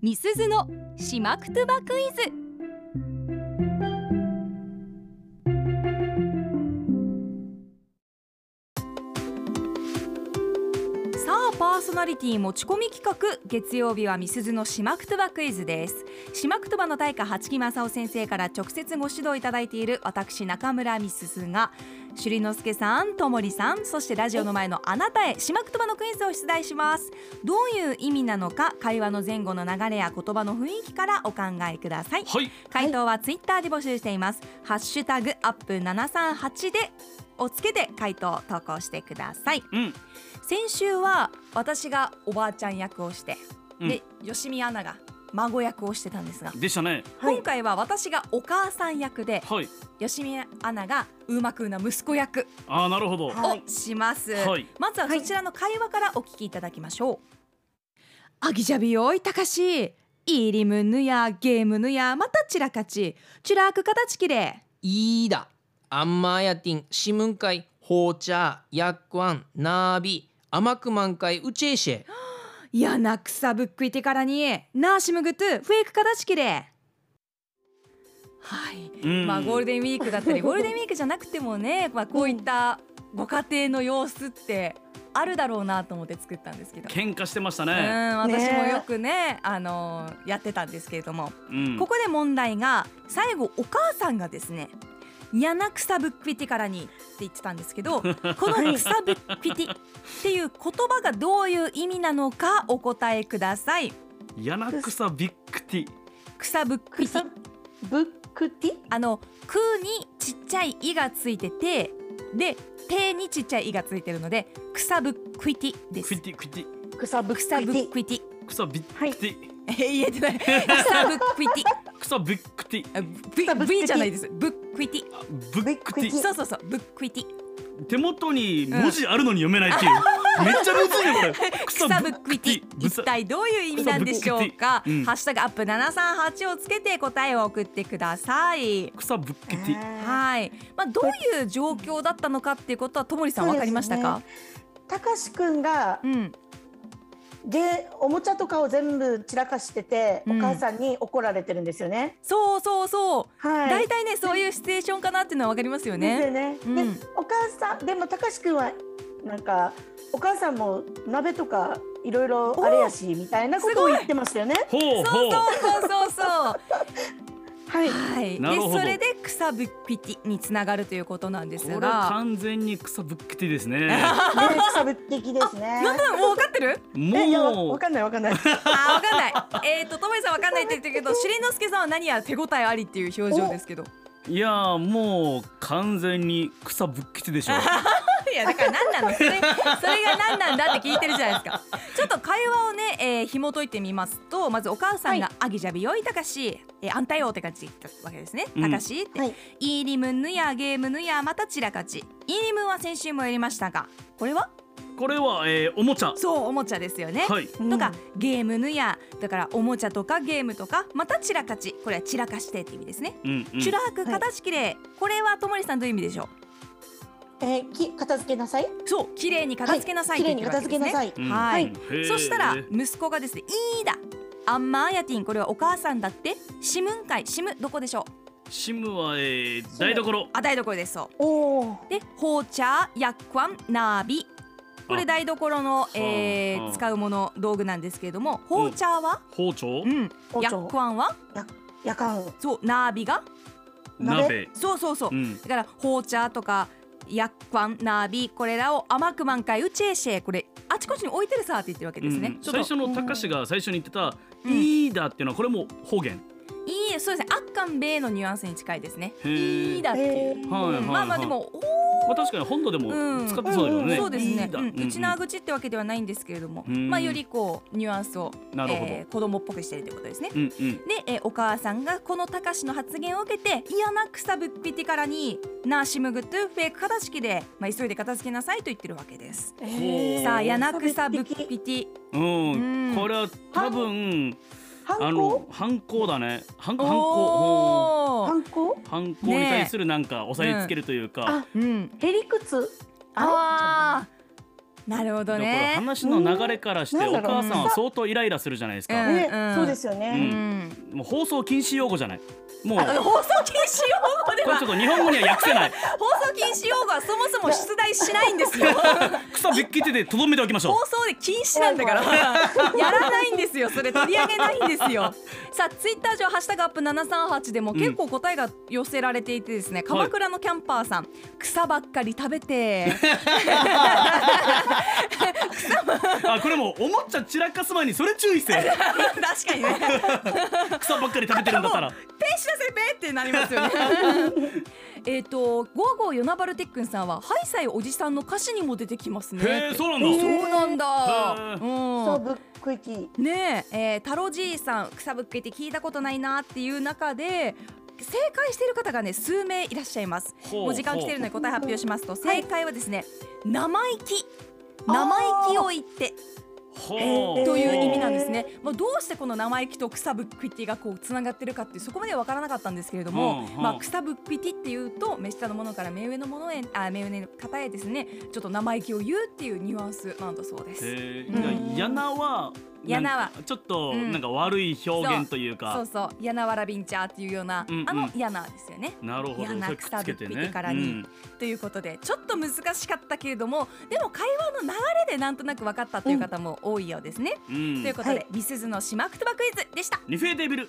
みすずのしまくとばクイズさあパーソナリティ持ち込み企画月曜日はみすずのしまくとばクイズですしまくとばの大家八木正夫先生から直接ご指導いただいている私中村みすずが朱里之助さんともりさんそしてラジオの前のあなたへしまくとばのクイズを出題しますどういう意味なのか会話の前後の流れや言葉の雰囲気からお考えくださいはい回答はツイッターで募集しています、ハッシュタグアップ738でをつけて回答を投稿してくださいうん先週は私がおばあちゃん役をして、うんで吉見アナが孫役をしてたんですがでしたねはい今回は私がお母さん役ではい吉見アナがうまくうな息子役ああなるほどはをします、はいまずははいそちらの会話からお聞きいただきましょう、あぎじゃびよいたかしイリムヌやゲームヌやまたチラカチチュラークカタチキレいいだ。アンマーヤティン、シムンカイ、ホーチャー、ヤックワン、ナービ、アマクマンカイ、ウチェイシェ。やなくさぶっくいてからになあしむぐとフェイクカタチキレはいうんまあゴールデンウィークだったりゴールデンウィークじゃなくてもね、まあ、こういったご家庭の様子ってあるだろうなと思って作ったんですけど。喧嘩してましたうんね私もねよくねあのーやってたんですけれども、うんここで問題が最後お母さんがですね「やな草ぶっぴてからに」って言ってたんですけ どこの「草ぶっぴて」っていう言葉がどういう意味なのかお答えください。柳草ビッグティ草ぶっぴてブックティあの「く」にちっちゃい「い」がついててで「て」にちっちゃい「い」がついてるので「草ぶっくいて」でクすイ。ティクイティ草ブッ草クぶテっィくいて。草ビッグティえ言えて ない。草ぶっくいて。草ビッグティあ V V じゃないです。ぶっくいて。あブックティそうそうそう。ぶっくいて。手元に文字あるのに読めないっていう、めっちゃむずいねこれ 草ぶっくいて。一体どういう意味なんでしょうか。草ぶっくいてうんハッシュタグアップ七三八をつけて答えを送ってください。草ぶっきてははい。まあどういう状況だったのかっていうことはともりさんわかりましたか。たかしくんがうん。でおもちゃとかを全部散らかしてて、うんお母さんに怒られてるんですよね。そうそうそう。はい。大体ねそういうシチュエーションかなっていうのはわかりますよですよね。ね。うんでお母さんでもたかしくんはなんかお母さんも鍋とかいろいろあれやしみたいなことを言ってましたよね。ほうそうそううほそうそうそう。はい。はい。 なでるほどそれで草ぶっぴてにつながるということなんですこれはが。完全に草ぶっきてですねね、草ぶってきですね。なんとなくもうわかってる？えいやわもわうかんないわかんない。あわかんない。えっ、とともりさんわかんないって言ってるけど、しりのすけさんは何やら手応えありっていう表情ですけど。いやーもう完全に草ぶっきてでしょ いやだから何なのそれそれが何なんだって聞いてるじゃないですか。ちょっと会話をね、えー、紐解いてみますと、まずお母さんが、あぎじゃびよいたかし、えー、あんたよって感じだったわけですね。うんたかしって。はい。イーリムンヌやゲームヌやまたちらかちイーリムンは先週もやりましたがこれはこれは、えー、おもちゃそうおもちゃですよね、はいとかゲームヌやだからおもちゃとかゲームとかまたちらかちこれは散らかしてって意味ですね、うんうんチュラーク片付きれい、これはともりさんどういう意味でしょうん、えーき片付けなさい。うそう綺麗に片付けなさいっ綺て麗言ってにるわ片け付でけすね、なさうんい。はいうんへーそしたら息子がですね「いいだアンマーヤティンこれはお母さんだってシムンカイシムどこでしょうシムは、えー、台所あ台所ですそうおお。でホーチャーヤックワンナービこれあ台所の、えはあー、使うもの道具なんですけれどもホーチャーは、包丁うん、包丁ヤックワンは夜間。そうナービが鍋そうそうそう、うんだからホーチャーとかヤックワンナービこれらを甘く満開ウチェーシェーこれあちこちに置いてるさって言ってるわけですね、うんうんちょっと最初のたかしが最初に言ってた「うんいいだ」っていうのはこれも方言いいそうですねアッカンベイのニュアンスに近いですねへーいいだっていう、えーはいはいはいまあまあでもまあ、確かに本土でもうん使ってそうだよね、んそうですいいね。だうんうんうんうちなーぐちってわけではないんですけれども、うんまあよりこうニュアンスを、なるほどえー子供っぽくしてるということですね。うんうんで、えーお母さんがこのたかしの発言を受けて嫌な草ぶっぴてからになあしむぐとフェイク片付きで、まあ、急いで片付けなさいと言ってるわけです。えーさあ嫌な草ぶっぴてうん、うんこれは多分あ犯行の犯行だね犯行犯行おー犯行うん犯行に対するなんか押さえつけるというか、ねうんへりくつああなるほどだからね。話の流れからしてうんおなんだろう母さんは相当イライラするじゃないですうか、んね、そうですようね。ん。もう放送禁止用語じゃないもうこあ放送禁止用語でれはちょっと日本語には訳せない放送禁止用語はそもそも出題しないんです よ。草びっきっててとどめておきましょ放送で禁止なんだ からやらないんですよそれ取り上げないんですよさあツイッター上ハッシュタグアップ738でも結構答えが寄せられていてですね、鎌倉のキャンパーさん、草ばっかり食べてうあこれもうおもちゃ散らかす前にそれ注意 せよ 確かにね草ばっかり食べてるんだったらペンしなさいペンってなりますよね えっとゴーゴーヨナバルテックンさんはハイサイおじさんの歌詞にも出てきますねへえそうなんだ、えそうなんだへーうんそうぶっくいき。ねえ、えー、太郎じいさん草ぶっけって聞いたことないなっていう中で正解している方がね数名いらっしゃいますほうもう時間来てるので答え発表しますとほう正解はですね生意気あー生意気を言ってほえーという意味なんですね、まあ、どうしてこの生意気と草ぶっくいてがこうつながってるかってそこまでは分からなかったんですけれども、うんうんまあ、草ぶっくいてっていうと目下のものから目上のものへあ目上の方へですねちょっと生意気を言うっていうニュアンスなんだそうです。えうんー、やなはやなはんかちょっとうんなんか悪い表現というか、そうそう、ヤナワラビンチャーっていうような、うんうんあのヤナですよね。なるほどやなそれくっつけ草てぶっねぴてからにということで、ちょっと難しかったけれども、でも会話の流れでなんとなく分かったという方も多いようですね。うんうんということで、はいみすずのしまくとばクイズでした。リフェーデビル